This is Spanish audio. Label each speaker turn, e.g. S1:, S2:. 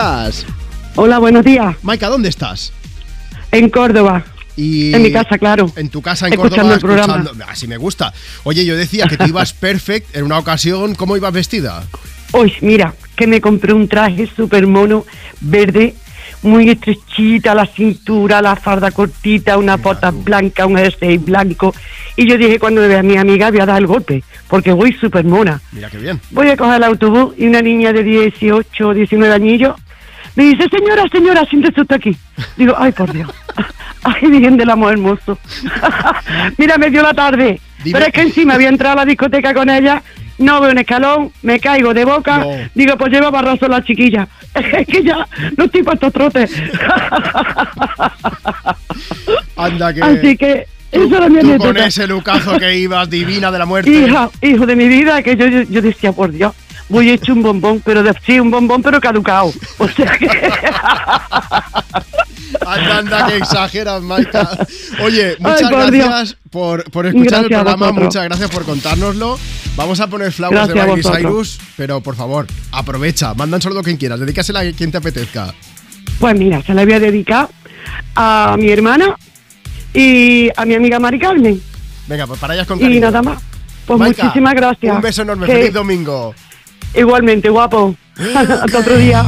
S1: días.
S2: Hola, buenos días.
S1: Maika, ¿dónde estás?
S2: En Córdoba.
S1: Y
S2: En mi casa, claro.
S1: En tu casa en
S2: Escuchando
S1: Córdoba.
S2: el programa.
S1: Así me gusta. Oye, yo decía que tú ibas perfect en una ocasión. ¿Cómo ibas vestida?
S2: Hoy, mira, que me compré un traje súper mono, verde, muy estrechita, la cintura, la farda cortita, una bota blanca, un jersey blanco. Y yo dije, cuando vea a mi amiga, voy a dar el golpe, porque voy súper mona.
S1: Mira qué bien.
S2: Voy a coger el autobús y una niña de 18, 19 añillos me dice, señora, señora, siéntese usted aquí. Digo, ay, por Dios. Ay, bien del amor hermoso. Mira, me dio la tarde.
S1: Dime.
S2: Pero es que encima había entrado a la discoteca con ella, no veo un escalón, me caigo de boca.
S1: No.
S2: Digo, pues lleva barrazo la chiquilla. Es que ya no estoy para estos trotes.
S1: Anda que.
S2: Así Ah, que
S1: tú,
S2: eso era mi
S1: tú con
S2: anécdota.
S1: ese lucazo que ibas, divina de la muerte.
S2: Hija, hijo de mi vida, que yo, yo, yo decía, por Dios, voy hecho un bombón, pero de, sí, un bombón, pero caducado. O sea que...
S1: Anda, anda, que exageras, Maika. Oye, muchas
S2: Ay, por
S1: gracias por, por escuchar el
S2: Gracias a
S1: programa,
S2: vosotros.
S1: muchas gracias por contárnoslo. Vamos a poner flowers
S2: Gracias a
S1: de Miley
S2: vosotros.
S1: Cyrus, pero por favor, aprovecha, manda un saludo a quien quieras, dedícasela a quien te apetezca.
S2: Pues mira, se la voy a dedicar a mi hermana y a mi amiga Mari Carmen.
S1: Venga, pues para ellas con
S2: Y
S1: cariño.
S2: nada más. Pues
S1: Maika,
S2: muchísimas gracias.
S1: Un beso enorme,
S2: Que-
S1: feliz domingo.
S2: Igualmente, guapo. Hasta otro día.